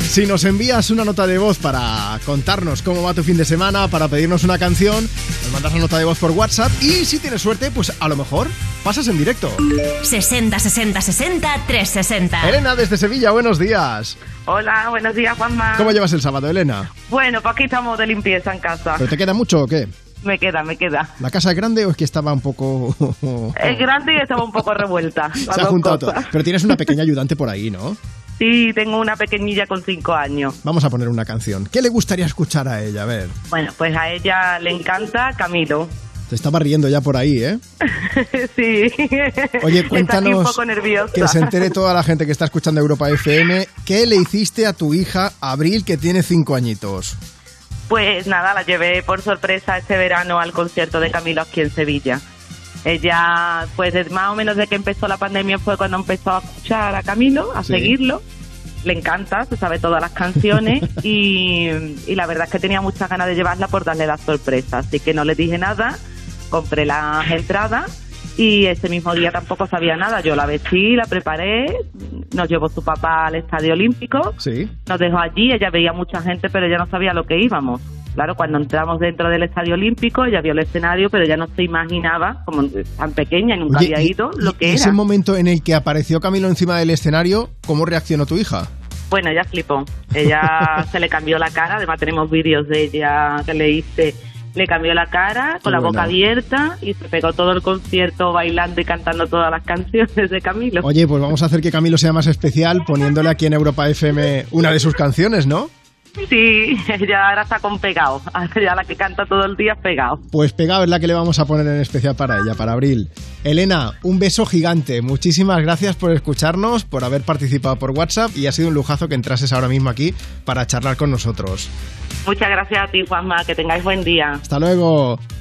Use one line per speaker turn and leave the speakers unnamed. Si nos envías una nota de voz para contarnos cómo va tu fin de semana, para pedirnos una canción, nos mandas una nota de voz por WhatsApp y si tienes suerte, pues a lo mejor pasas en directo.
60 60 60 360.
Elena desde Sevilla, buenos días.
Hola, buenos días, Juanma.
¿Cómo llevas el sábado, Elena?
Bueno, pues aquí estamos de limpieza en casa.
¿Pero te queda mucho o qué?
Me queda, me queda.
¿La casa es grande o es que estaba un poco...
Es grande y estaba un poco revuelta. las
Ah. Se ha
dos
juntado todo.
cosas.
Pero tienes una pequeña ayudante por ahí, ¿no?
Sí, tengo una pequeñilla con cinco años.
Vamos a poner una canción. ¿Qué le gustaría escuchar a ella? A ver,
Bueno, pues a ella le encanta Camilo.
te estaba riendo ya por ahí, ¿eh?
sí.
Oye,
Está aquí un
cuéntanos
poco nerviosa.
que se entere toda la gente que está escuchando Europa FM. ¿Qué le hiciste a tu hija Abril, que tiene cinco añitos?
Pues nada, la llevé por sorpresa este verano al concierto de Camilo aquí en Sevilla. Ella, pues es más o menos de que empezó la pandemia fue cuando empezó a escuchar a Camilo, a
Sí.
seguirlo. Le encanta, se sabe todas las canciones y, y la verdad es que tenía muchas ganas de llevarla por darle la sorpresa. Así que no le dije nada, compré las entradas y ese mismo día tampoco sabía nada. Yo la vestí, la preparé, nos llevó su papá al Estadio Olímpico
Sí.
nos dejó allí, ella veía mucha gente, pero ella no sabía lo que íbamos. Claro, cuando entramos dentro del Estadio Olímpico, ella vio el escenario, pero ya no se imaginaba, como eh, tan pequeña, y nunca
Oye,
había
y-
ido, lo
y-
que
y Ese
era.
momento en el que apareció Camilo encima del escenario, ¿cómo reaccionó tu hija?
Bueno, ella flipó. Ella se le cambió la cara, además tenemos vídeos de ella que le hice. Le cambió la cara
Qué
con la
bueno.
boca abierta y se pegó todo el concierto bailando y cantando todas las canciones de Camilo.
Oye, pues vamos a hacer que Camilo sea más especial poniéndole aquí en Europa FM una de sus canciones, ¿no?
Sí, ella ahora está con pegado. Ahora ya la que canta todo el día es pegado.
Pues pegado es la que le vamos a poner en especial para ella, para Abril. Elena, un beso gigante. Muchísimas gracias por escucharnos, por haber participado por WhatsApp y ha sido un lujazo que entrases ahora mismo aquí para charlar con nosotros.
Muchas gracias a ti, Juanma. Que tengáis buen día.
Hasta luego.